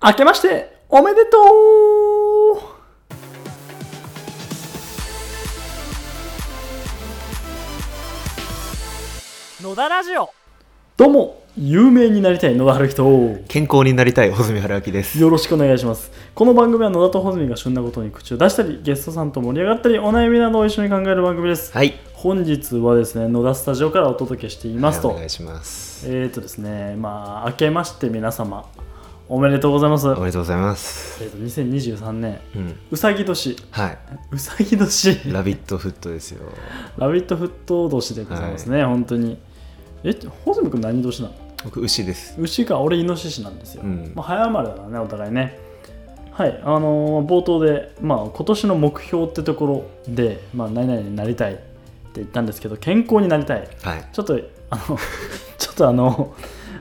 明けましておめでとう野田ラジオどうも有名になりたい野田春人健康になりたい穂積春明ですよろしくお願いしますこの番組は野田と穂積が旬なことに口を出したりゲストさんと盛り上がったりお悩みなどを一緒に考える番組です、はい本日はですね野田スタジオからお届けしていますと、お願いしますえっ、ー、とですねまあ明けまして皆様おめでとうございますおめでとうございますえっ、と2023年うんうさぎ年はうさぎ年 いラビットフットですよラビットフット年でございますね、本当に。え、ホズミ君何年なの僕牛です牛か、俺イノシシなんですよ。うんまあ、早生まれだからね、お互いね。はい、あのー冒頭で、まあ、今年の目標ってところで、まあ、何々になりたいって言ったんですけど、健康になりたい。はいちょっと、あの、 ちょっとあの、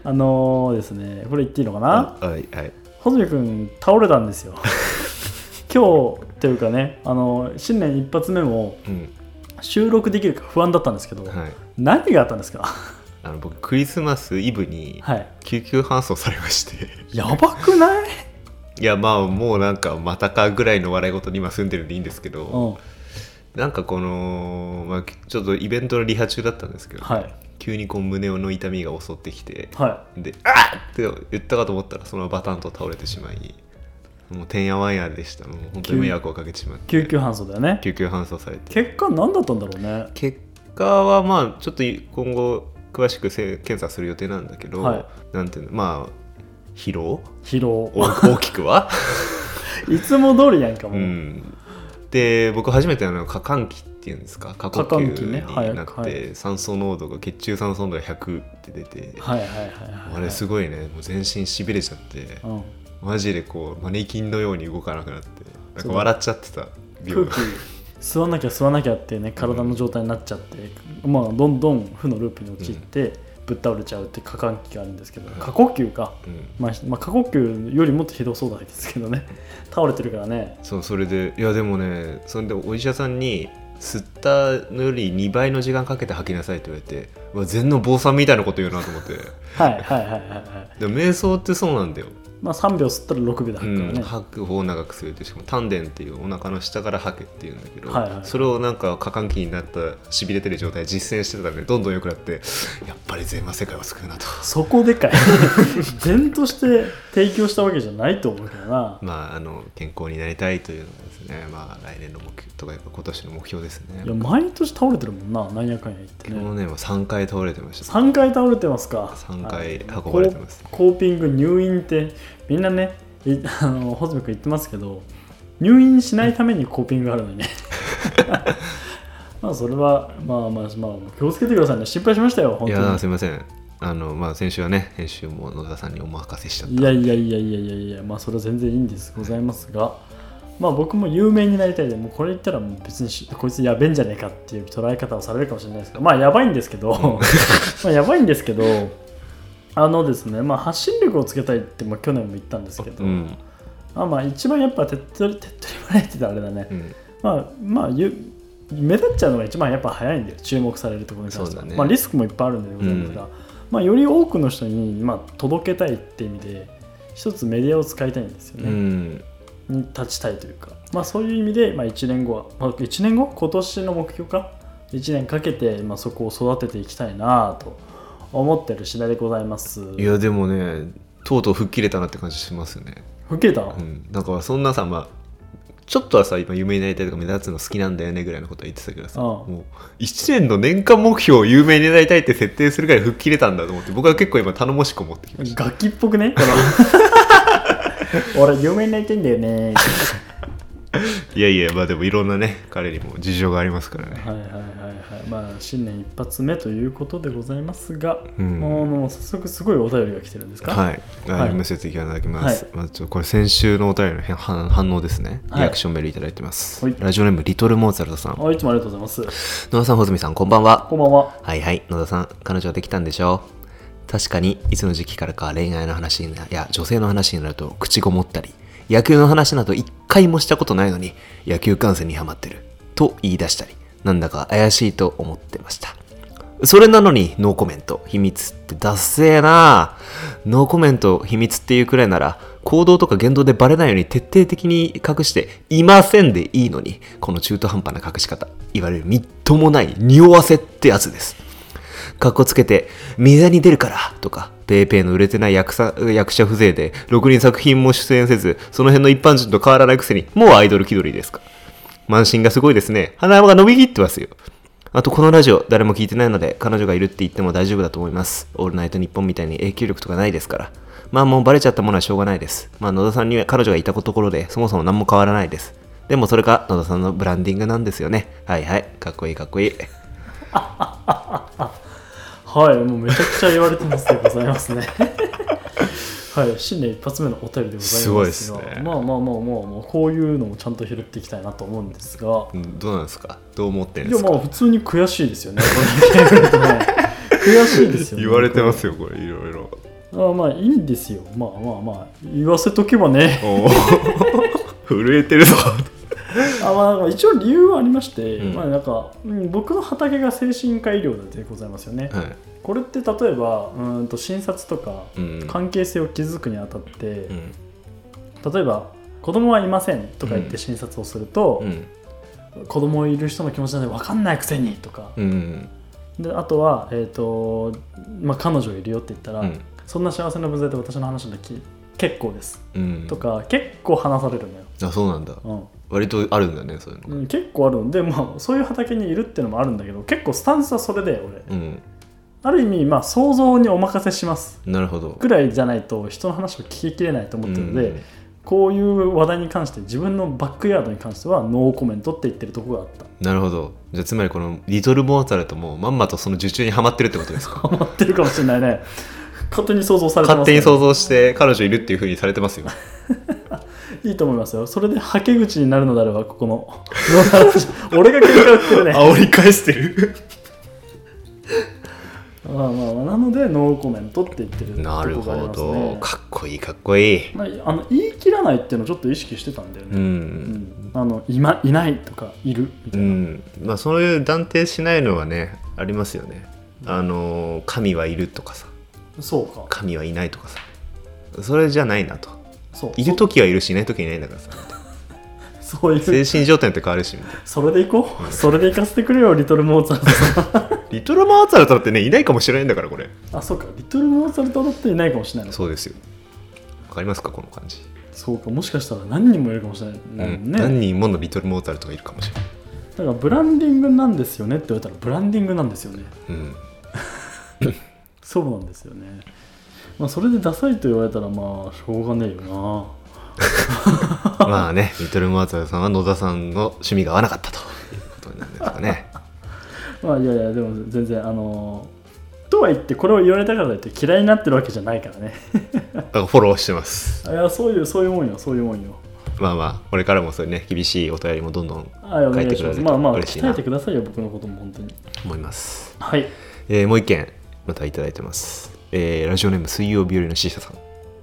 あのーですね、これ言っていいのかなはいはいホズミ君、倒れたんですよ。 今日というかね、あの新年一発目もうん収録できるか不安だったんですけど、はい何があったんですか あの僕クリスマスイブにはい救急搬送されまして やばくない、いやまあもうなんかまたかぐらいの笑い事に今住んでるんでいいんですけうどん、はなんかこの、まあ、ちょっとイベントのリハ中だったんですけど、い急にこう胸の痛みが襲ってきてはで「あっ!」って言ったかと思ったらそのままバタンと倒れてしまいもうてんやわんやでしたもう本当に迷惑をかけてしまっいて救急搬送だよね救急搬送されて結果何だったんだろうね結果はまあちょっと今後詳しくせ検査する予定なんだけど、はいなんていうのまあ疲労疲労お大きくは、いつも通りやんかも うう、ん、で僕初めてあの過換気っていうんですか過呼過換気ね吸はいになって、はい酸素濃度が血中酸素濃度が100って出て、はいはいはいはいあれすごいねもう全身しびれちゃって。うん、マジでこうマネキンのように動かなくなってなそんかうだ笑っちゃってた空秒が気吸わなきゃ吸わなきゃってね体の状態になっちゃって、まあどんどん負のループに陥って、ぶっ倒れちゃうって過換気があるんですけど過呼吸か、うんまあ、まあ過呼吸よりもっとひどそうだですけどね倒れてるからねそうそれでいやでもねそれでお医者さんに吸ったのより2倍の時間かけて吐きなさいって言われてうわ全の坊さんみたいなこと言うなと思ってはいはいはいはいはいでも瞑想ってそうなんだよ、まあ3秒吸ったら6秒で吐うくからん、ね、吐く方を長くするってしかも丹田っていうお腹の下から吐けっていうんだけど、はいはいそれをなんか過換気になったしびれてる状態実践してたんでどんどん良くなってやっぱり全魔世界は救うなとそこでかい 禅として提供したわけじゃないと思うけどなまあ、あの健康になりたいというのがですね、まあ、来年の目標とか今年の目標ですねいや。毎年倒れてるもんななんやかんや言って去ね年は3回倒れてました。 3回倒れてますか3回はい運ばれてますコーコーピング入院ってみんなねい あのホズミ君言ってますけど入院しないためにコーピングがあるのに ね まあそれはまあまあまあ気をつけてくださいね心配しましたよい本当にやーすみません。あのまあ、先週はね、編集も野田さんにお任せしちゃっいやいやいやいやいやいや、まあそれは全然いいんですございますが、まあ僕も有名になりたいで、もうこれ言ったらもう別にしこいつやべえんじゃねえかっていう捉え方をされるかもしれないですけど、まあやばいんですけど、 まあやばいんですけど、あのですね、まあ発信力をつけたいってまあ去年も言ったんですけた。ど、うん。まあまあ一番やっぱ手っ取り手っ取り早いって言ったらあれだね、うん、まあまあゆ目立っちゃうのが一番やっぱ早いんで注目されるところに関してそうは、だねまあ、リスクもいっぱいあるんでございますが、まあ、より多くの人に、まあ、届けたいって意味で一つメディアを使いたいんですようね、ん。に立ちたいというか、まあ、そういう意味で、まあ、1年後は、まあ、1年後今年の目標か1年かけて、まあ、そこを育てていきたいなと思ってる次第でございますいや、でもね、とうとう吹っ切れたなって感じしますよね。吹けた、うん。なんかそんなさ、まあ、ちょっとはさ、今、有名になりたいとか目立つの好きなんだよねぐらいのことは言ってたけどさ、うんもう、1年の年間目標を有名になりたいって設定するぐらい吹っ切れたんだと思って、僕は結構今、頼もしく思ってきました。楽器っぽくね この俺有名になりたいんだよねいやいや、まあでもいろんなね、彼にも事情がありますからね。はいはいはいはいまあ新年一発目ということでございますが、うんもうもう早速すごいお便りが来てるんですかははい、はいい、読ませていただきます。はまあ、ちょっとこれ先週のお便りの変反反応ですね。はいリアクションメールいただいてます。はいラジオネームリトルモーツァルトさん。あいつもありがとうございます野田さん、穂積さん、こんばんは。こんばんははいはい、野田さん、彼女はできたんでしょう。確かに、いつの時期からか恋愛の話になや女性の話になると口ごもったり、野球の話など一回もしたことないのに、野球観戦にはまってると言い出したり、なんだか怪しいと思ってました。それなのにノーコメント秘密ってダッセーなノーコメント秘密っていうくらいなら行動とか言動でバレないように徹底的に隠していませんでいいのにこの中途半端な隠し方いわゆるみっともない匂わせってやつですかっこつけて「水に出るから」とか「ペーペーの売れてない役さ役者風情でろくに作品も出演せずその辺の一般人と変わらないくせにもうアイドル気取りですか満身がすごいですね鼻が伸びきってますよあとこのラジオ誰も聞いてないので彼女がいるって言っても大丈夫だと思いますオールナイトニッポンみたいに影響力とかないですからまあもうバレちゃったものはしょうがないですまあ野田さんには彼女がいたところでそもそも何も変わらないですでもそれが野田さんのブランディングなんですよねはいはいかっこいいかっこいいはい、もうめちゃくちゃ言われてますでござい ますね。はい、新年一発目のお便りでございますがすごいですねまあまあまあまあまあこういうのもちゃんと拾っていきたいなと思うんですがうんどうなんですかどう思ってるいんでやすかまあ普通に悔しいですよねこれ見てるとね悔しいですよね言われてますよこれいろいろあまあいいんですよまあまあまあ言わせとけばねおー 震えてるぞあまあまあ一応理由はありまして、うんまあなんか、うん僕の畑が精神科医療でございますよね、はいこれって例えばうーんと診察とかうん関係性を築くにあたって、うん例えば子供はいませんとか言っうんて診察をするとう、ん子供いる人の気持ちなんて分かんないくせにとか、うんであとは、えーとまあ、彼女いるよって言ったら、うんそんな幸せな分際で私の話なんてき結構ですうんとか、結構話されるのよ、あそうなんだうん割とあるんだねそういううのん結構あるんで、まあ、そういう畑にいるってのもあるんだけど結構スタンスはそれで俺うんある意味まあ想像にお任せしますなるほどぐらいじゃないと人の話を聞ききれないと思ってるので、うんこういう話題に関して自分のバックヤードに関してはノーコメントって言ってるとこがあったなるほどじゃあつまりこのリトル・モーツァルトもまんまとその受注にはまってるってことです か思ってるかもしれないね勝手に想像されてます、勝手ね、に想像して彼女いるっていうふうにされてますよいいと思いますよそれではけ口になるのであればここの 俺が喧嘩売ってるね 煽り返してるまあまあまあなのでノーコメントって言ってるとこがなありるほますど、ねかっこいいかっこいいまあ、あの言い切らないっていうのをちょっと意識してたんだようね、うんん、あのいまいないとかいるみうたいな、ん、まあそういう断定しないのはねありますよねあの神はいるとかさそうか神はいないとかさそれじゃないなとそういる時はいるしいない時はいないんだ からさそそういう精神状態って変わるしみたいなそれでいこうそれで行かせてくれよリトルモーツァルトさんリトル・モーツァルトだってねいないかもしれないんだからこれあそうかリトルモーツァルトだっていないかもしれないのそうですよわかりますかこの感じ、そうかもしかしたら何人もいるかもしれない、うんね何人ものリトル・モーツァルトがいるかもしれない、だからブランディングなんですよねって言われたらブランディングなんですよねうん、 そうなんですよねまあそれでダサいと言われたらまあしょうがねえよなまあねリトル・モーツァルトさんは野田さんの趣味が合わなかったということになるんですかねまあいやいやでも全然あのとは言ってこれを言われたからといって嫌いになってるわけじゃないからね だからフォローしてますいやそういうそういうもんよそういうもんよまあまあこれからもそういうね厳しいお便りもどんどんはいお書願いていくしまれるすまあまとあ嬉しい鍛えなてとくださいよ僕のことも本当に思います、はいえーもう一件またいただいてます、えーラジオネーム水曜日よりのシーサさん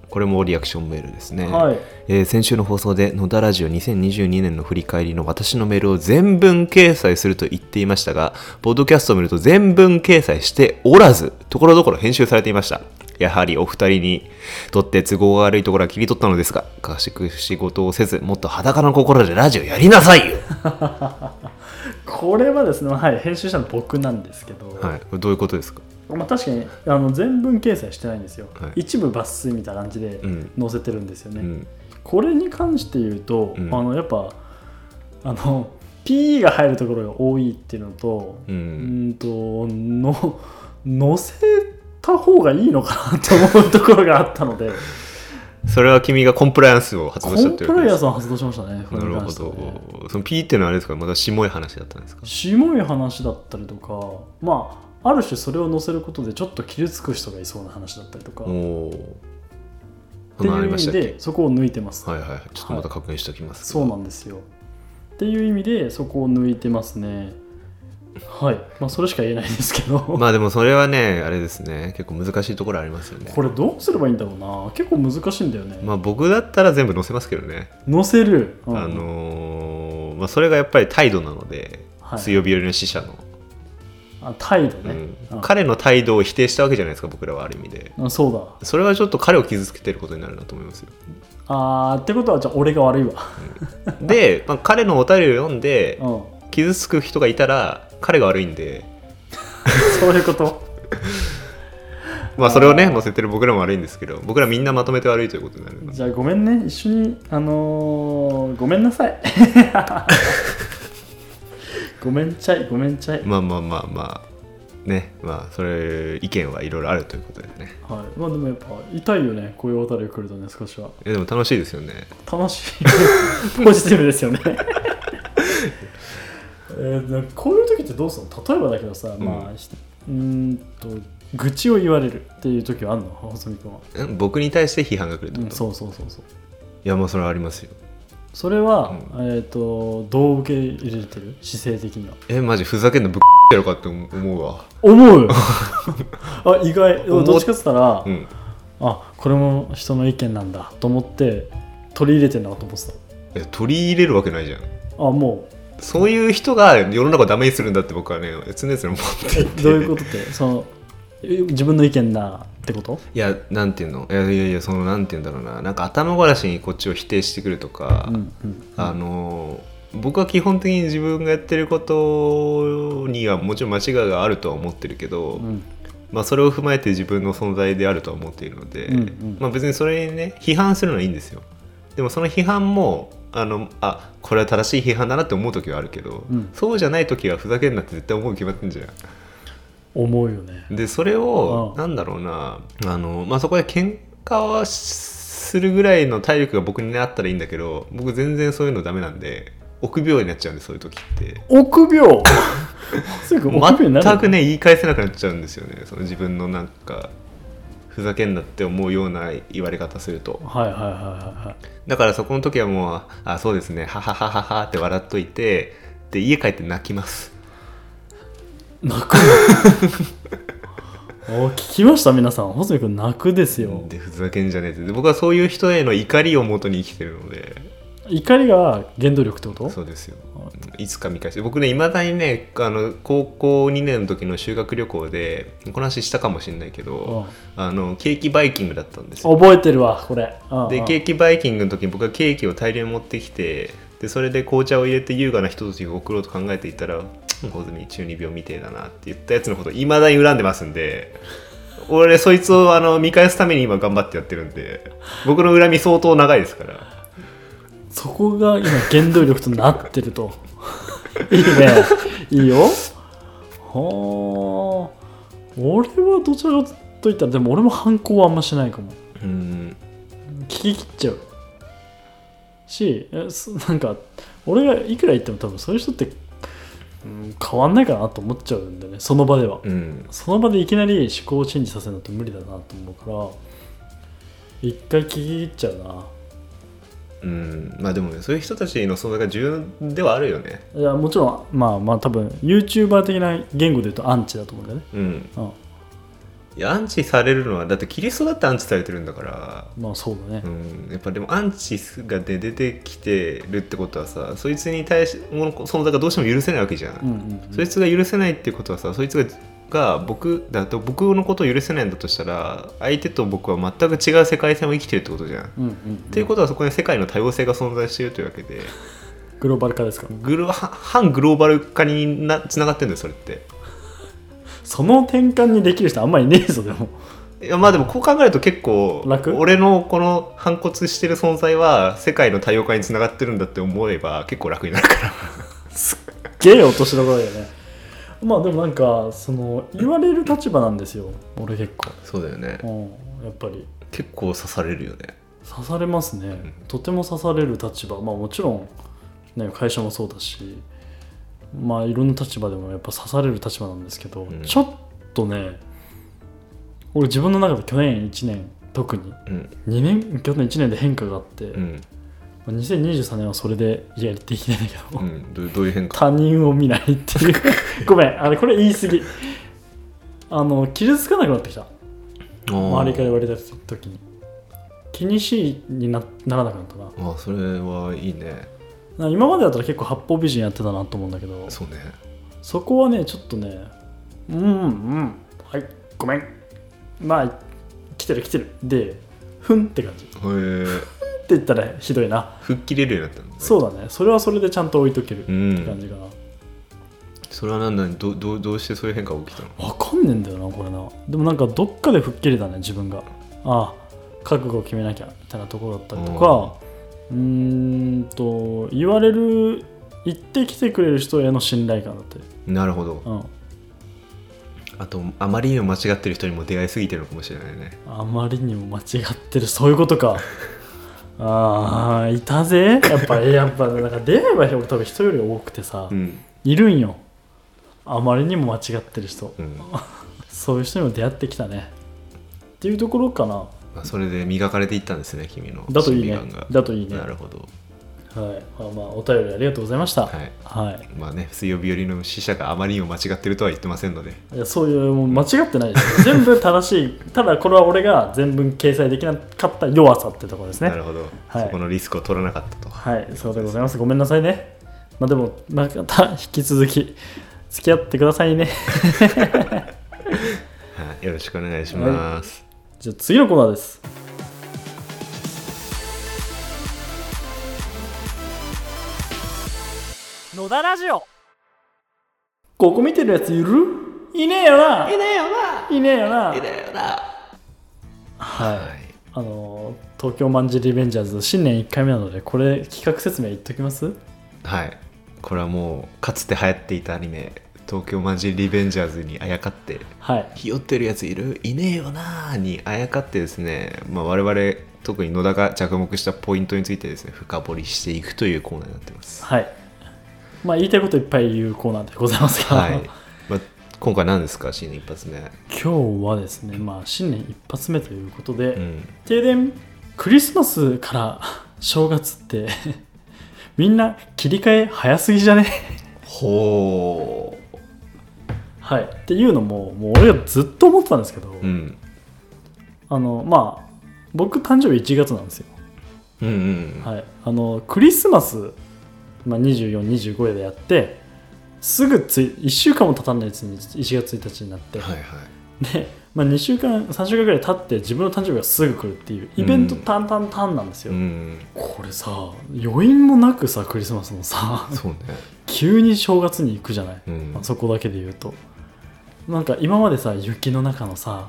これもリアクションメールですね、はいえー先週の放送で野田ラジオ2022年の振り返りの私のメールを全文掲載すると言っていましたが、ポッドキャストを見ると全文掲載しておらず、ところどころ編集されていました。やはりお二人にとって都合が悪いところは切り取ったのですが、賢く仕事をせず、もっと裸の心でラジオやりなさいよこれはですね、はい、編集者の僕なんですけど、はい、こ れどういうことですかまあ、確かにあの全文掲載してないんですよ、はい一部抜粋みたいな感じでうん載せてるんですよね、うん。これに関して言うと、うんあのやっぱあの PE が入るところが多いっていうのとう。うんんとの載せた方がいいのかなと思うところがあったの でそれは君がコンプライアンスを発コ動しちゃっンてプるわライけアンですスを発動しましたねこれなにるほ関してはねど。その P っていうのはあれですかまだしもい話だったんですかしもい話だったりとかまあある種それを載せることでちょっと傷つく人がいそうな話だったりとか、っおお。てあいりう意ました味っけでそこを抜いてます、はいはいはい。ちょっとまた確認しておきますけど、そうなんですよ。っていう意味でそこを抜いてますね。はい。まあそれしか言えないんですけど、まあでもそれはね、あれですね、結構難しいところありますよねこ。れどうすればいいんだろうな。結構難しいんだよね。まあ僕だったら全部載せますけどね。載せる。うんあのーまあそれがやっぱり態度なので、はい水曜日よりの死者のあ態度うねん、、あ彼の態度を否定したわけじゃないですか僕らはある意味であそうだそれはちょっと彼を傷つけてることになるなと思い ますよあーってことはじゃあ俺が悪いわで、まあ、彼のお便りを読んでうん傷つく人がいたら彼が悪いんでそういうことまあそれをね載せてる僕らも悪いんですけど僕らみんなまとめて悪いということになるじゃあごめんね一緒にあのーごめんなさ いごめんちゃいごめんちゃい、まあまあまあまあねまあそれ意見はいろいろあるということですねはい、まあでもやっぱ痛いよねこういうお便り来るとね少しはえでも楽しいですよね楽し いポジティブですよねえーでこういう時ってどうするの例えばだけどさ、まあひうーんと愚痴を言われるっていう時はあるの細見君は、ん僕に対して批判が来るってうこん、と、そうそうそうそういやまあそれはありますよそれは、うえっ、とどう受け入れてる姿勢的にはえマジふざけんのぶっやろかって思うわ思う あ意外思うどっちかっつったら、うんあこれも人の意見なんだと思って取り入れてんなと思ってえ取り入れるわけないじゃんたあもそういう人が世の中をダメにするんだって僕はね常々思っていうてどういうことって そのえ自分の意見だってこといやなんていうのいやいやいやそのなんていうんだろうななんか頭ごなしにこっちを否定してくるとか、うんうんあの僕は基本的に自分がやってることにはもちろん間違いがあるとは思ってるけど、うんまあ、それを踏まえて自分の存在であるとは思っているので、うんうんまあ、別にそれにね批判するのはいいんですよでもその批判もあのあこれは正しい批判だなって思う時はあるけど、うんそうじゃない時はふざけんなって絶対思う決まってんじゃん思うよねでそれをうんなんだろうなあの、まあ、そこで喧嘩はするぐらいの体力が僕にあったらいいんだけど僕全然そういうのダメなんで臆病になっちゃうんでそういう時って臆 病すぐ臆病にな全るくね言い返せなくなっちゃうんですよねその自分のなんかふざけんなって思うような言われ方するとはいはいはいはいはいだからそこの時はもう「あそうですねははははは」って笑っといてで家帰って泣きます泣 くのお聞きました皆さん細見君泣くですよでふざけんじゃねえってで僕はそういう人への怒りをもとに生きてるので怒りが原動力ってことそうですよいつか見返して僕ねいまだにねあの高校2年の時の修学旅行でこの話したかもしれないけどあのケーキバイキングだったんですよ覚えてるわこれうんうんでケーキバイキングの時に僕はケーキを大量に持ってきてでそれで紅茶を入れて優雅なひとときを送ろうと考えていたら「小泉中二病みてえだな」って言ったやつのこといまだに恨んでますんで俺そいつをあの見返すために今頑張ってやってるんで僕の恨み相当長いですからそこが今原動力となってると いいねいいよはあ俺はどちらかといったらでも俺も反抗はあんましないかもうん聞き切っちゃうしえす なんか俺がいくら言っても多分そういう人って、うん、変わんないかなと思っちゃうんだよねその場では、うんその場でいきなり思考をチェンジさせるのって無理だなと思うから一回聞き切っちゃうなうんまあでもねそういう人たちの存在が重要ではあるよねいやもちろんまあまあ多分 YouTuber 的な言語で言うとアンチだと思うんだよね、うんういやアンチされるのはだってキリストだってアンチされてるんだからん、まあそうだね、うん、やっぱでもアンチが、ね、出てきてるってことはさそいつに対してもの存在がどうしても許せないわけじゃん、うんうんうんそいつが許せないってことはさそいつがが僕だと僕のことを許せないんだとしたら相手と僕は全く違う世界線を生きてるってことじゃん、うんうんっていうことはそこに世界の多様性が存在しているというわけでグローバル化ですかグロは反グローバル化になつながってるんだよそれってその転換にできる人あんまりいねえぞでも いやまあでもこう考えると結構楽俺のこの反骨してる存在は世界の多様化につながってるんだって思えば結構楽になるからゲイ落としどころだよねまあでもなんかその言われる立場なんですよ俺結構、そうだよねうん、やっぱり結構刺されるよね刺されますね、とても刺される立場まあもちろん、ね、会社もそうだしまあいろんな立場でもやっぱ刺される立場なんですけど、んちょっとね俺自分の中で去年1年特にうん2年去年1年で変化があって、うまん、あ2023年はそれでやっていきたいんだけど、うん、どうどういう変化他人を見ないって いうごめんあれこれ言い過ぎあの傷つかなくなってきた周りから言われた時に気にしいになならなくなったなあーそれはいいねな今までだったら結構八方美人やってたなと思うんだけどそそうねこはねちょっとねうんうんはいごめんまあ来てる来てるでふんって感じってえ言ったらひどいな吹っ切れるようになったんだそうだねそれはそれでちゃんと置いとけるっうて感んじかな、それは何だどどどうしてそういう変化が起きたのわかんねえんだよなこれなでもなんかどっかで吹っ切れたね自分がああ覚悟を決めなきゃみたいなところだったりとかうーんと言われる言ってきてくれる人への信頼感だったり、なるほどうん、あとあまりにも間違ってる人にも出会いすぎてるのかもしれないねあまりにも間違ってるそういうことか ああいたぜやっぱやっぱなんか出会えば俺多分人より多くてさ、うん、いるんよあまりにも間違ってる人うんまそういう人にも出会ってきたねっていうところかなあ、それで磨かれていったんですね君のだといいね審美眼がだといいねなるほどはい、まあまあお便りありがとうございました。は。はいいい、まあね水曜日よりの死者があまりにも間違ってるとは言ってませんのでやそういうもう間違ってないです。全部正しい。ただこれは俺が全文掲載できなかった弱さってところですなねる。ほど、はいそこのリスクを取らなかったとはい、そうでございます。ごめんなさいね。まあでもまた引き続き付き合ってくださいね。 はい、よろしくお願いします、じゃあ次のコーナーです。野田ラジオここ見てるやついる？いねえよな。いねえよな。いねえよな。だよなは。はいいあのー東京マンジリベンジャーズ新年1回目なのでこれ企画説明言っときますはい、これはもうかつて流行っていたアニメ「東京マジリベンジャーズ」にあやかってはい「ひよってるやついるいねえよな」にあやかってですね、まあ、我々特に野田が着目したポイントについてですね深掘りしていくというコーナーになってます。はいまあ言いたいこといっぱい言うコーナーでございますが、はいまあ、今回何ですか新年一発目。今日はですね、まあ、新年一発目ということで、うん、停電クリスマスから 正月って みんな切り替え早すぎじゃね ほはいっていうのももう俺がずっと思ってたんですけど、う、うん、あのまあ僕誕生日1月なんですよ、うんうんはい、あのクリスマス、まあ、2425でやってすぐつい1週間も経たないうちに1月1日になって、はいはいで、まあ、2週間3週間ぐらい経って自分の誕生日がすぐ来るっていうイベントうんタンタンタンなんですよ、うんこれさ余韻もなくさクリスマスのさ そうね急に正月に行くじゃない、うんあそこだけで言うとなんか今までさ雪の中のさ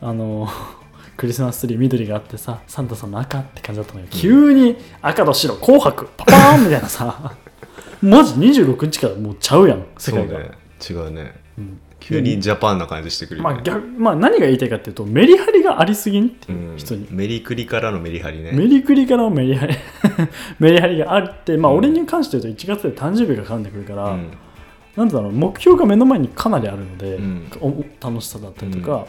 あの クリスマスツリー緑があってさサンタさんの赤って感じだったのよ、急に赤と白紅白パパーンみたいなさ マジ26日からもうちゃうやん世そう界が、ね違うねうん急にジャパンな感じしてくるよまねあ逆まあ、何が言いたいかっていうとメリハリがありすぎんってういうん人に、メリクリからのメリハリねメリクリからのメリハ リメリハリがあって、まあ、うん俺に関して言うと1月で誕生日が絡んでくるから、うんなんだろう目標が目の前にかなりあるので、うんおお楽しさだったりとか、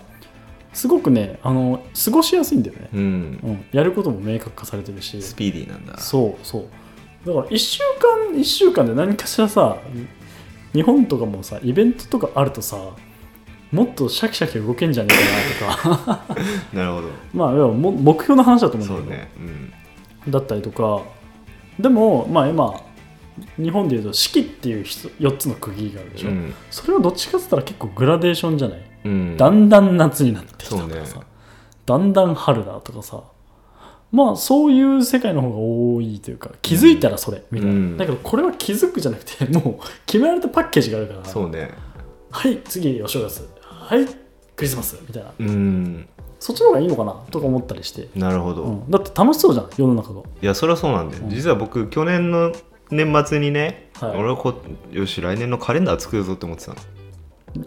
すごくねあの過ごしやすいんだよね、うんうんやることも明確化されてるしスピーディーなんだそうそうだから1週間1週間で何かしらさ日本とかもさイベントとかあるとさもっとシャキシャキ動けんじゃねえかなと かなるほどまあ、要はも目標の話だと思そううんだけど、ねうんだったりとかでも、まあ、今日本でいうと四季っていう4つの区切りがあるでしょ、うんそれはどっちかって言ったら結構グラデーションじゃない、うんだんだん夏になってきたとそうかねさ、だんだん春だとかさまあそういう世界の方が多いというか気づいたらそれみたいな、うんだけどこれは気づくじゃなくて もう決められたパッケージがあるからそうねはい次お正月はいクリスマスみたいなうんそっちの方がいいのかなとか思ったりしてなるほど、うん、だって楽しそうじゃん世の中がいやそりゃそうなんだよ、実は僕去年の年末にね、はい俺はこうよし来年のカレンダー作るぞって思ってたの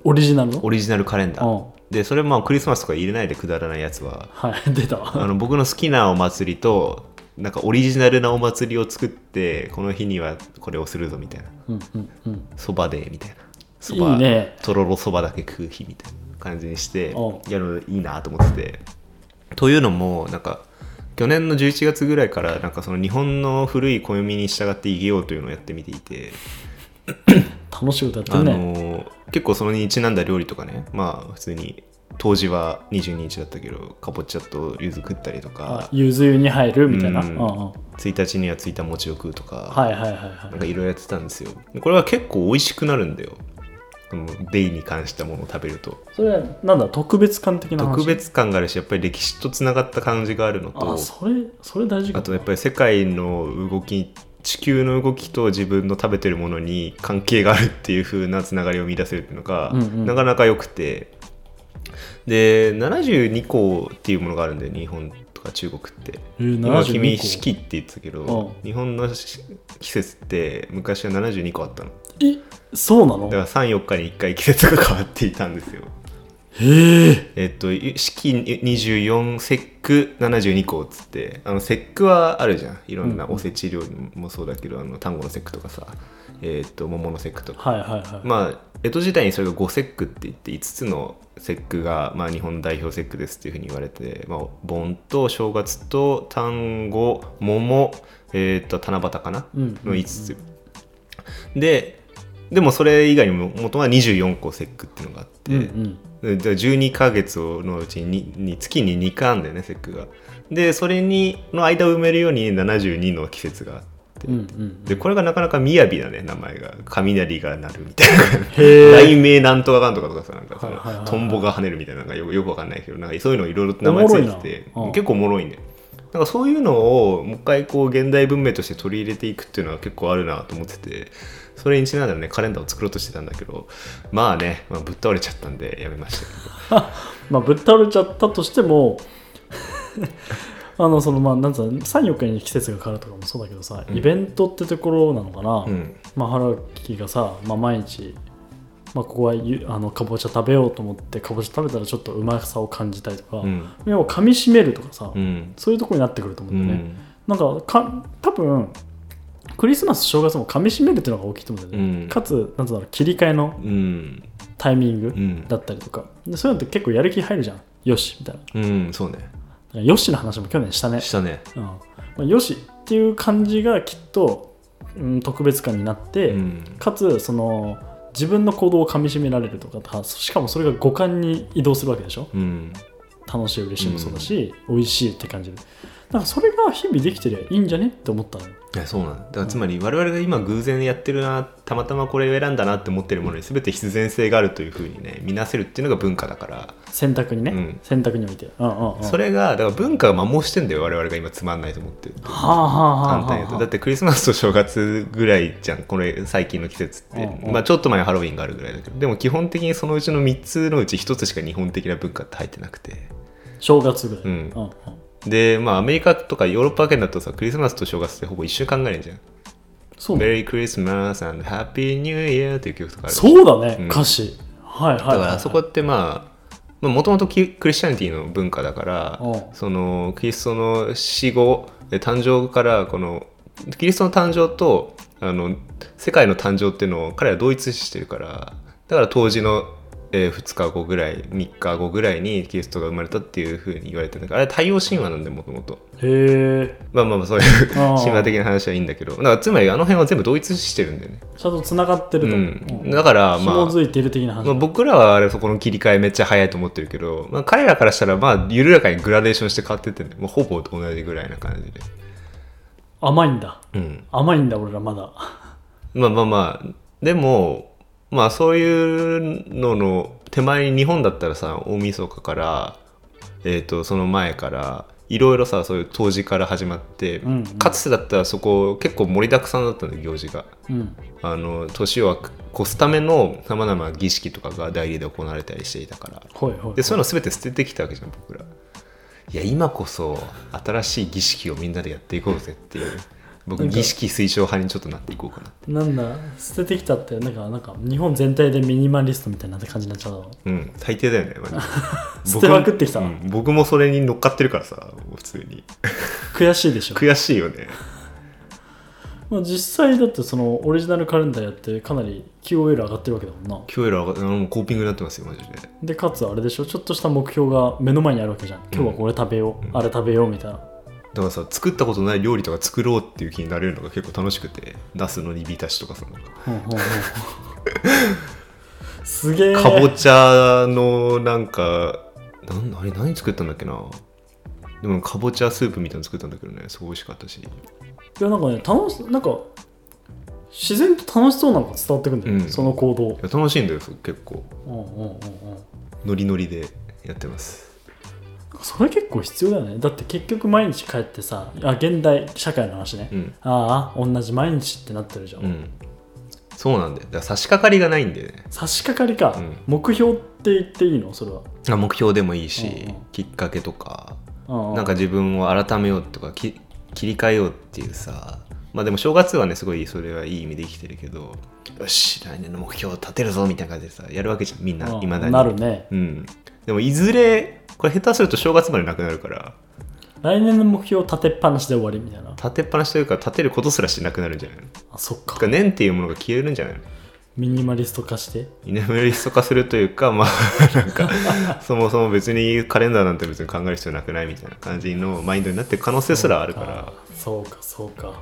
オリジナルのオリジナルカレンダー、うんでそれまあクリスマスとか入れないでくだらないや つははい出たあの僕の好きなお祭りとなんかオリジナルなお祭りを作ってこの日にはこれをするぞみたいなうんうんうんそばでみたいなそいいばねとろろそばだけ食う日みたいな感じにしておやるのいいなと思っててというのもなんか去年の11月ぐらいからなんかその日本の古い暦に従って生きようというのをやってみていて、楽しいことやってあるね、のー結構そのにちなんだ料理とかねまあ普通に当時は22日だったけどかぼちゃと柚子食ったりとあかゆず湯に入るみたいな、ううんんうんは1日にはついた餅を食うとか、いはいはいはなんいかいろいろやってたんですよでこれは結構美味しくなるんだよこのデイに関したものを食べるとそれはなんだ特別感的な話特別感があるしやっぱり歴史とつながった感じがあるのとあそれそれ大事かあとやっぱり世界の動き地球の動きと自分の食べてるものに関係があるっていう風なつながりを見出せるっていうのが、うんうんなかなか良くてで72項っていうものがあるんだよ日本とか中国って。えー今君72個四季って言ってたけど、う日本のし季節って昔は72個あったのえそうなだのから34日に1回季節が変わっていたんですよへええっと、四季24、節句72個っつって、あの節句はあるじゃん。いろんなうんうんおせち料理もそうだけど、あの、単語の節句とかさ、えっと、桃の節句とか。はいはいはい、まあ、江戸時代にそれが五節句って言って、5つの節句が、まあ、日本代表節句ですっていうふうに言われて、まあ、盆と正月と単語、桃、えっと、七夕かなうんの5つ。で、でもそれ以外にも元は24個節句っていうのがあって、うんうんでじゃあ12ヶ月のうちにに月に2回あんだよね節句がでそれにの間を埋めるように72の季節があって、うんうんでこれがなかなか雅だね名前が雷が鳴るみたいなへ雷え鳴なんとかかんとかとかさなんかその、はいはいはいはいトンボが跳ねるみたいななんかよくよくわかんないけどなんかそういうのいろいろと名前ついてておもろいなうん結構おもろいんだよなんかそういうのをもう一回こう現代文明として取り入れていくっていうのは結構あるなと思っててそれにちなんだねカレンダーを作ろうとしてたんだけどまあね、まあ、ぶっ倒れちゃったんでやめましたけどまあぶっ倒れちゃったとしても あのそのまあなんつうの34日に季節が変わるとかもそうだけどさ、うんイベントってところなのかな、うん、まあ、原木がさ、まあ、毎日、まあ、ここはゆあのかぼちゃ食べようと思ってかぼちゃ食べたらちょっとうまさを感じたりとか、うんでも噛みしめるとかさ、うんそういうとこになってくると思ううんだよね、んなんかか多分クリスマス正月も噛みしめるっていうのが大きいと思うんだよね、うんかつなんつうんだろう切り替えのうんタイミングうんだったりとかでそういうのって結構やる気入るじゃんよしみたいなだかうんそうねらよしの話も去年したねしたねうんまあ、よしっていう感じがきっと、うん、特別感になって、うんかつその自分の行動をかみしめられるとかたしかもそれが五感に移動するわけでしょうん楽しい嬉しいもそうだし、美味しいって感じるなんかそれが日々できてりゃいいんじゃねって思ったのいやそうなんだだからつまり我々が今偶然やってるなたまたまこれを選んだなって思ってるものに全て必然性があるというふうにね見なせるっていうのが文化だから、選択にね、うん選択において、うんうんうん、それがだから文化が摩耗してんだよ我々が今つまんないと思ってるはあはあはあ簡は単に言うとだってクリスマスと正月ぐらいじゃんこれ最近の季節って、うんうんまあ、ちょっと前はハロウィンがあるぐらいだけどでも基本的にそのうちの3つのうち1つしか日本的な文化って入ってなくて正月ぐらい、うんうんうんでまあアメリカとかヨーロッパ圏だとさクリスマスと正月ってほぼ一週間ぐらいじゃんそうだメリークリスマス and Happy New Year っていう曲とかあるそうだね、うん歌詞はいはい、はだい、からあそこってまあもともとクリスチャニティの文化だからうんそのキリストの死後え誕生からこのキリストの誕生とあの世界の誕生っていうのを彼らは同一視してるからだから当時の、え2日後ぐらい3日後ぐらいにキリストが生まれたっていうふうに言われてるんだからあれ太陽神話なんでもともと。へえまあまあまあそういうあー神話的な話はいいんだけどだからつまりあの辺は全部同一視してるんだよね、ちゃんとつながってると、うん、だからまあ紐づいてる的な話、まあ、僕らはあれそこの切り替えめっちゃ早いと思ってるけど、まあ、彼らからしたらまあ緩やかにグラデーションして変わってって、ね、もうほぼ同じぐらいな感じで、甘いんだうん、甘いんだ俺らまだまあまあまあでもまあそういうのの手前に日本だったらさ大晦日から、えー、とその前からいろいろさそういう当時から始まって、うんうんかつてだったらそこ結構盛りだくさんだったんだよ行事が。うんあの年を越すためのさまざまな儀式とかが代理で行われたりしていたからほいほいでそういうの全て捨ててきたわけじゃん僕らいや今こそ新しい儀式をみんなでやっていこうぜっていう僕なんか儀式推奨派にちょっとなっていこうかなってなんだ捨ててきたってなんかなんか日本全体でミニマリストみたいな感じになっちゃうだろうん最低だよねマジ で捨てまくってきた僕もうん僕もそれに乗っかってるからさ普通に悔しいでしょ、悔しいよねまあ、実際だってそのオリジナルカレンダーやってかなり QOL 上がってるわけだもんな今日よりあのコーピングになってますよマジででかつあれでしょちょっとした目標が目の前にあるわけじゃん今日はこれ食べよう、あれ食べようみたいなだからさ作ったことない料理とか作ろうっていう気になれるのが結構楽しくてナスの煮浸しとかさなんかほんほんほんすげえかぼちゃのなんかなんあれ何作ったんだっけなでもかぼちゃスープみたいなの作ったんだけどねすごい美味しかったしいやなんかね楽しなんか自然と楽しそうなのが伝わってくるんだよ、うんその行動いや楽しいんだよ結構うんうんうんうんノリノリでやってますそれ結構必要だよねだって結局毎日帰ってさあ現代社会の話ね、うんああ同じ毎日ってなってるじゃん、うんそうなんだよだから差し掛かりがないんだよね差し掛かりか、うん目標って言っていいのそれは、あ目標でもいいし、うんうんきっかけとかうなんか自分を改めようとかき切り替えようっていうさまあでも正月はねすごいそれはいい意味で生きてるけどよし来年の目標を立てるぞみたいな感じでさやるわけじゃんみんないまだになるねうんでもいずれこれ下手すると正月までなくなるから来年の目標を立てっぱなしで終わりみたいな立てっぱなしというか立てることすらしなくなるんじゃないのあそっとかか年っていうものが消えるんじゃないのミニマリスト化して居眠りスト化するというかまあなんかそもそも別にカレンダーなんて別に考える必要なくないみたいな感じのマインドになってる可能性すらあるからそうかそうか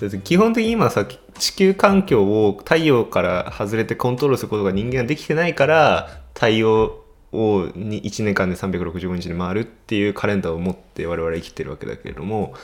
だって基本的に今さ地球環境を太陽から外れてコントロールすることが人間はできてないから太陽をに1年間で365日に回るっていうカレンダーを持って我々は生きてるわけだけれども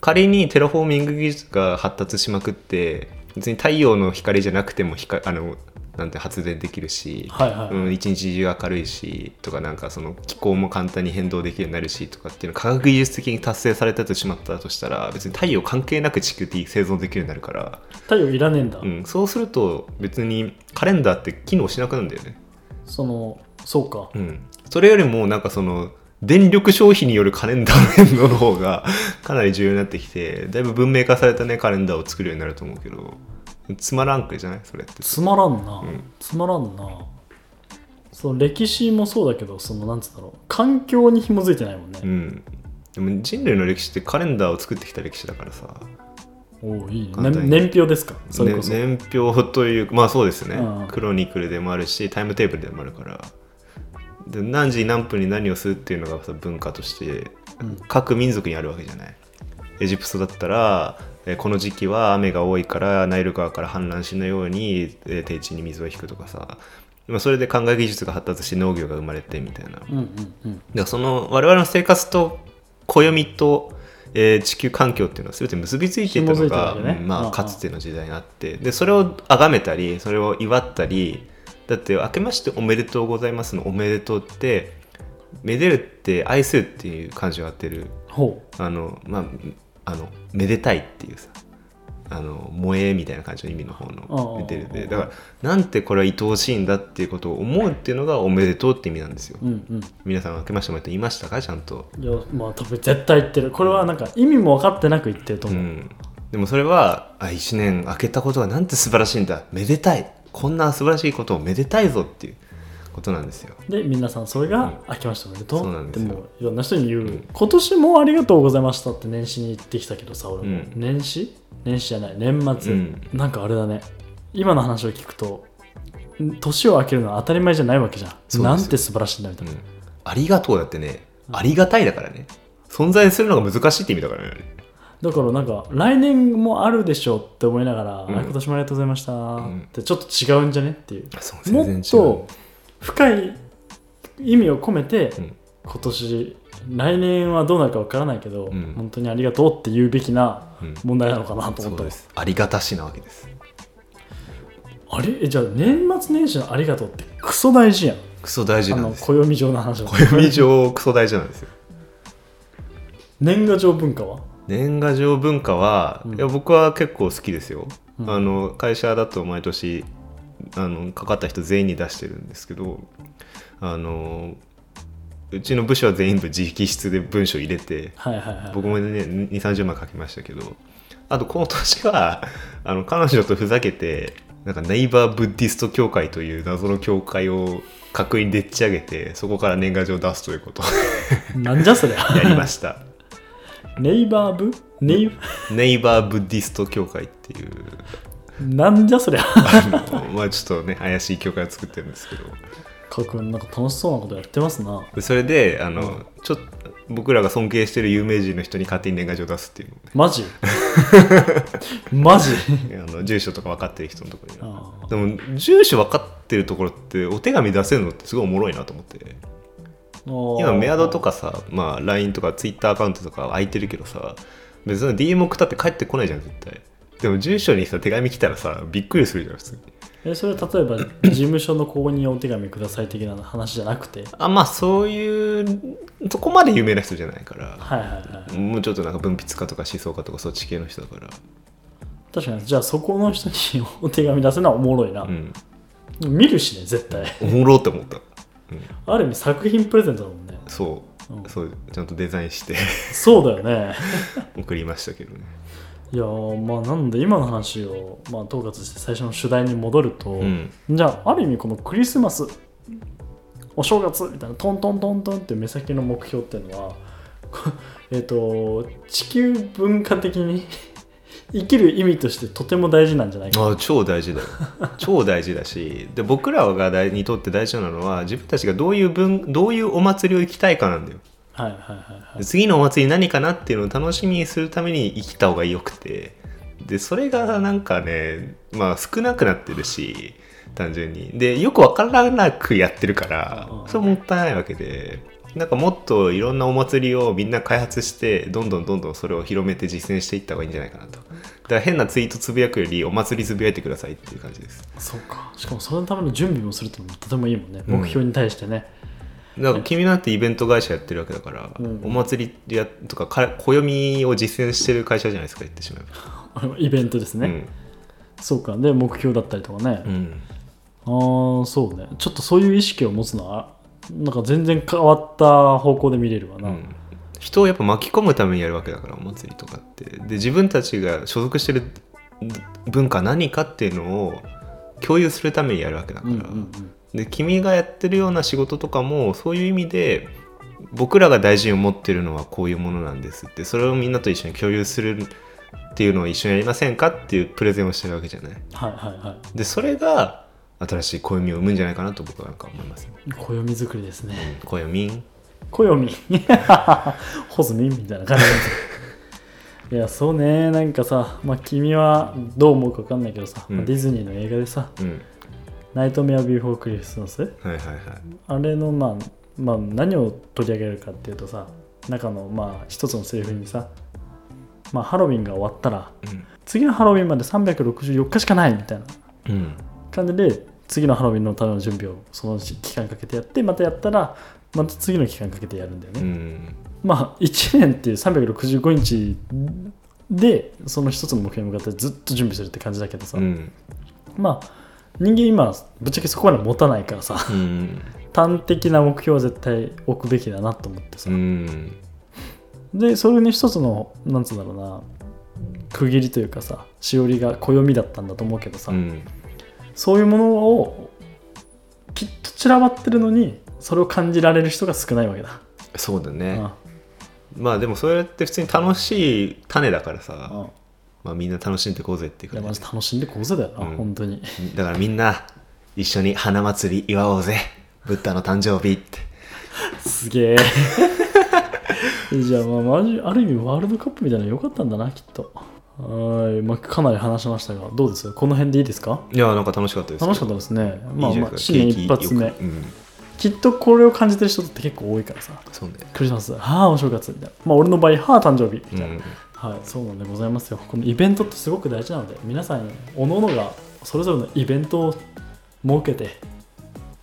仮にテラフォーミング技術が発達しまくって別に太陽の光じゃなくても光あのなんて発電できるし、はいはいうん、一日中明るいしとかなんかその気候も簡単に変動できるようになるしとかっていうの科学技術的に達成されたとしまったとしたら別に太陽関係なく地球って生存できるようになるから、太陽いらねえんだ、うん、そうすると別にカレンダーって機能しなくなるんだよね、そのそうかうん、それよりもなんかその電力消費によるカレンダーの変動の方が かなり重要になってきてだいぶ文明化されたねカレンダーを作るようになると思うけどつまらんくじゃないそれってつまらんな、んつまらんなその歴史もそうだけどそのなんつうんだろう環境に紐づいてないもんうね、んでも人類の歴史ってカレンダーを作ってきた歴史だからさおおいいね簡単に年表ですかそれこそ、ね年表というまあそうですね、うんクロニクルでもあるしタイムテーブルでもあるからで何時何分に何をするっていうのがさ文化としてうん各民族にあるわけじゃないエジプトだったらえーこの時期は雨が多いからナイル川から氾濫しないようにえー低地に水を引くとかさまあそれで考え技術が発達して農業が生まれてみたいなうんうんうんだからその我々の生活と暦と、えー地球環境っていうのは全て結びついていたの紐づいてるがわけねうんうんまうあ、んかつての時代にあってでそれを崇めたりそれを祝ったりだって「明けましておめでとうございます」の「おめでとう」って「めでる」って「愛する」っていう感じを当てるほあのまああの「めでたい」っていうさあの萌えみたいな感じの意味の方のああめでるあであだからなんてこれは愛おしいんだっていうことを思うっていうのが「おめでとう」って意味なんですよううんうん皆さん明けましておめでとう言いましたかちゃんと、いやまあ多分絶対言ってるこれはなんか意味も分かってなく言ってるとう思う、ん、でもそれはあ1年明けたことがなんて素晴らしいんだめでたいこんな素晴らしいことをめでたいぞっていうことなんですよで皆さんそれが「明けましておめでとう」そうなんっでてすよもういろんな人に言う、ん今年も「ありがとうございました」って年始に言ってきたけどさ俺も、うん年始年始じゃない年末、うんなんかあれだね今の話を聞くとん年を明けるのは当たり前じゃないわけじゃそうんですよなんて素晴らしいんだみたういんな、ありがとうだってねありがたいだからね存在するのが難しいって意味だからねだからなんか来年もあるでしょうって思いながら、うんあ今年もありがとうございましたんってちょっと違うんじゃねっていう、そうもっと深い意味を込めて、うん今年来年はどうなるかわからないけど、うん本当にありがとうって言うべきなうん問題なのかなとそ思っうたですありがたしなわけですあれえじゃあ年末年始のありがとうってクソ大事やんクソ大事あなんのですよ暦上の 話の暦上クソ大事なんですよ年賀状文化は年賀状文化は、うんいや僕は結構好きですよ、うんあの会社だと毎年あのかかった人全員に出してるんですけどあのうちの部署は全員部直筆で文章入れてはいはいはい僕もね2 3 0枚書きましたけどあとこの年はあの彼女とふざけてなんかネイバーブッディスト教会という謎の教会を架空にでっち上げてそこから年賀状を出すということをなんじゃそれ やりま したネイバーブネイ ネイバーブッディスト教会っていうなんじゃそりゃあの まあちょっとね怪しい教会を作ってるんですけどかっこいいなんか楽しそうなことやってますなでそれであの、ちょっと僕らが尊敬してる有名人の人に勝手に年賀状を出すっていうマ ジマジの,、あの住所とか分かってる人のところにあでも住所分かってるところってお手紙出せるのってすごいおもろいなと思って今メアドとかかさ、まあ、LINE とか Twitter アカウントとか空いてるけどさ別に DM 送ったって帰ってこないじゃん絶対でも住所にさ手紙来たらさびっくりするじゃん普通にえそれは例えば事務所の公認お手紙ください的な話じゃなくてあまあそういうそこまで有名な人じゃないからはいはいはいもうちょっとなんか文筆家とか思想家とかそっち系の人だから確かにじゃあそこの人にお手紙出すのはおもろいな、うん見るしね絶対おもろって思った、うん、ある意味作品プレゼントだもんねそう、うんそうちゃんとデザインして そうだよね送りましたけどねいやーまあなんで今の話を、まあ、統括して最初の主題に戻ると、うんじゃあある意味このクリスマスお正月みたいなトントントントンって目先の目標っていうのは こえっ、と地球文化的に 生きる意味としてとても大事なんじゃないかあ超大事だよ 超大事だしで僕らが大にとって大事なのは自分たちがどういう文どういうお祭りを行きたいかなんだよはいはいはいはいで次のお祭り何かなっていうのを楽しみにするために生きた方がよくてでそれがなんかねまあ少なくなってるし単純にでよくわからなくやってるからうんそれもったいないわけでなんかもっといろんなお祭りをみんな開発してどんどんどんどんそれを広めて実践していった方がいいんじゃないかなとだから変なツイートつぶやくよりお祭りつぶやいてくださいっていう感じですそうかしかもそのための準備もするってのもとてもいいもんね、うん目標に対してね なんか君なんてイベント会社やってるわけだから、うんお祭りやとかか暦を実践してる会社じゃないですか言ってしまえばイベントですね、うんそうかで目標だったりとかね、うん、ああそうねちょっとそういう意識を持つのはなんか全然変わった方向で見れるわな、人をやっぱ巻き込むためにやるわけだからお祭りとかってで自分たちが所属してる文化何かっていうのを共有するためにやるわけだから、うんうんうんで君がやってるような仕事とかもそういう意味で僕らが大事に思ってるのはこういうものなんですってそれをみんなと一緒に共有するっていうのを一緒にやりませんかっていうプレゼンをしてるわけじゃないはいはいはいでそれが新しい暦を生むんじゃないかなと僕はなんか思いますね、暦作りですね。暦暦。ホズミみたいな感じなんですよい や、そうね。なんかさ、まあ、君はどう思うか分かんないけどさ、うんまあディズニーの映画でさ、うんナイトメアビーフォークリスマスはいはいはいあれの、まあ、まあ、何を取り上げるかっていうとさ、中の、まあ、一つのセリフにさ、まあ、ハロウィンが終わったら、次のハロウィンまで364日しかないみたいなうん、うん感じで次のハロウィンのための準備をその期間かけてやってまたやったらまた次の期間かけてやるんだよね、うんまあ1年っていう365日でその一つの目標に向かってずっと準備するって感じだけどさ、うんまあ人間今ぶっちゃけそこまで持たないからさ うん端的な目標は絶対置くべきだなと思ってさ、うんでそれに一つのなんつうんだろうな区切りというかさしおりが暦だったんだと思うけどさ、うんそういうものをきっと散らばってるのにそれを感じられる人が少ないわけだ。そうだねあまあでもそれって普通に楽しい種だからさ、あまあ、みんな楽しんでいこうぜっていういや感マじジ楽しんでこうぜだよな、うん本当に。だからみんな一緒に花祭り祝おうぜブッダの誕生日ってすげえ。 じゃあ、まあ、マジある意味ワールドカップみたいなの良かったんだなきっと。はい、まあ、かなり話しましたがどうですこの辺でいいですかいやなんか楽しかったです楽しかったたですね。まあいいじゃまないあですか新年景気一発目よくうんきっとこれを感じてる人って結構多いからさそうねクリスマスはあお正月みたいなまあ俺の場合はあ誕生日みたいな、うんはい、そうなんでございますよ。このイベントってすごく大事なので、皆さん、おののがそれぞれのイベントを設けて、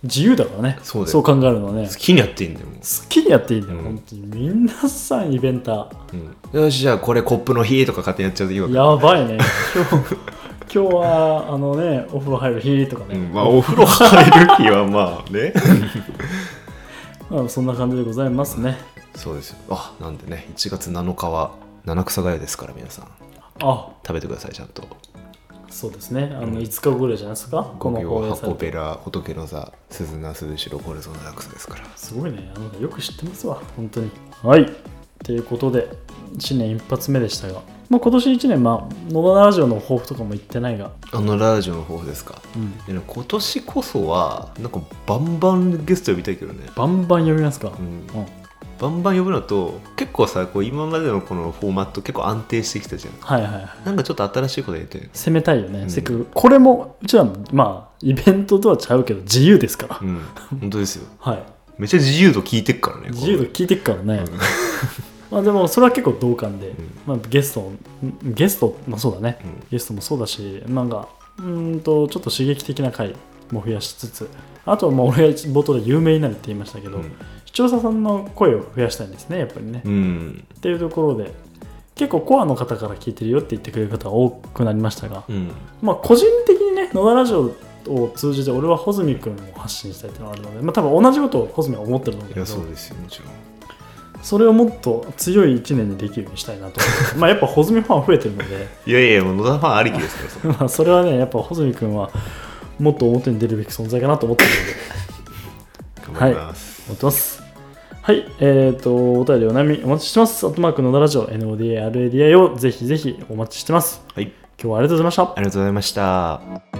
自由だからね、そうだよ考えるのはね好、きにやっていいんだよも好きにやっていいんだよ、うん本当に。皆さん、イベンタう、うんよしじゃあこれコップの日とか勝手にやっちゃうといいわー、けやば いね。今日今日は、あのね、お風呂入る日とかうんね、まあお風呂入る日はまあねまあそんな感じでございますね。そうですよあなんでね1月7日は七草がゆですから皆さんあ、食べてくださいちゃんとそうですね、あの5日ぐらいじゃないですか、こ五の行放映され箱て。べら仏の座鈴名鈴代ゴルゾのダックスですからすごいね、あのよく知ってますわ、本当に。はい。ということで、新年一発目でしたが、まあ、今年1年、まあ、野田ラジオの抱負とかも言ってないが、あのラジオの方ですかうん、でも今年こそはなんかバンバンゲスト呼びたいけどねバンバン読みますか。ううんんバンバン呼ぶのと結構さこう今までのこのフォーマット結構安定してきたじゃんはいはいはい。なんかちょっと新しいことやりたいよね攻めたいよね、うんせっかくこれもうちらのまあイベントとはちゃうけど自由ですから、 うん本当ですよはいめっちゃ自由度聞いてっからね自由度聞いてっからね、 まあでもそれは結構同感で、まあ、ゲストんゲストまあそうだね、うんゲストもそうだしなんかうーんとちょっと刺激的な回も増やしつつあとはまあ俺が冒頭で有名になるって言いましたけど、うん視聴者さんの声を増やしたいんですねやっぱりね、うんっていうところで結構コアの方から聞いてるよって言ってくれる方が多くなりましたが、うんまあ個人的にね野田ラジオを通じて俺は穂積君を発信したいっていうのがあるので、まあ、多分同じことを穂積は思ってると思ういけやどそうですよもちろんそれをもっと強い1年にできるようにしたいなと思ってまあやっぱ穂積ファン増えてるので、 いやいやもう野田ファンありきですよそれまあ、それはねやっぱ穂積君はもっと表に出るべき存在かなと思ってるので頑張ります、思ってます。はい、えっ、と、お便りお悩みお待ちしてます。アットマークのだラジオ、NODA、RADI をぜひぜひお待ちしてます。はい、今日はありがとうございました。ありがとうございました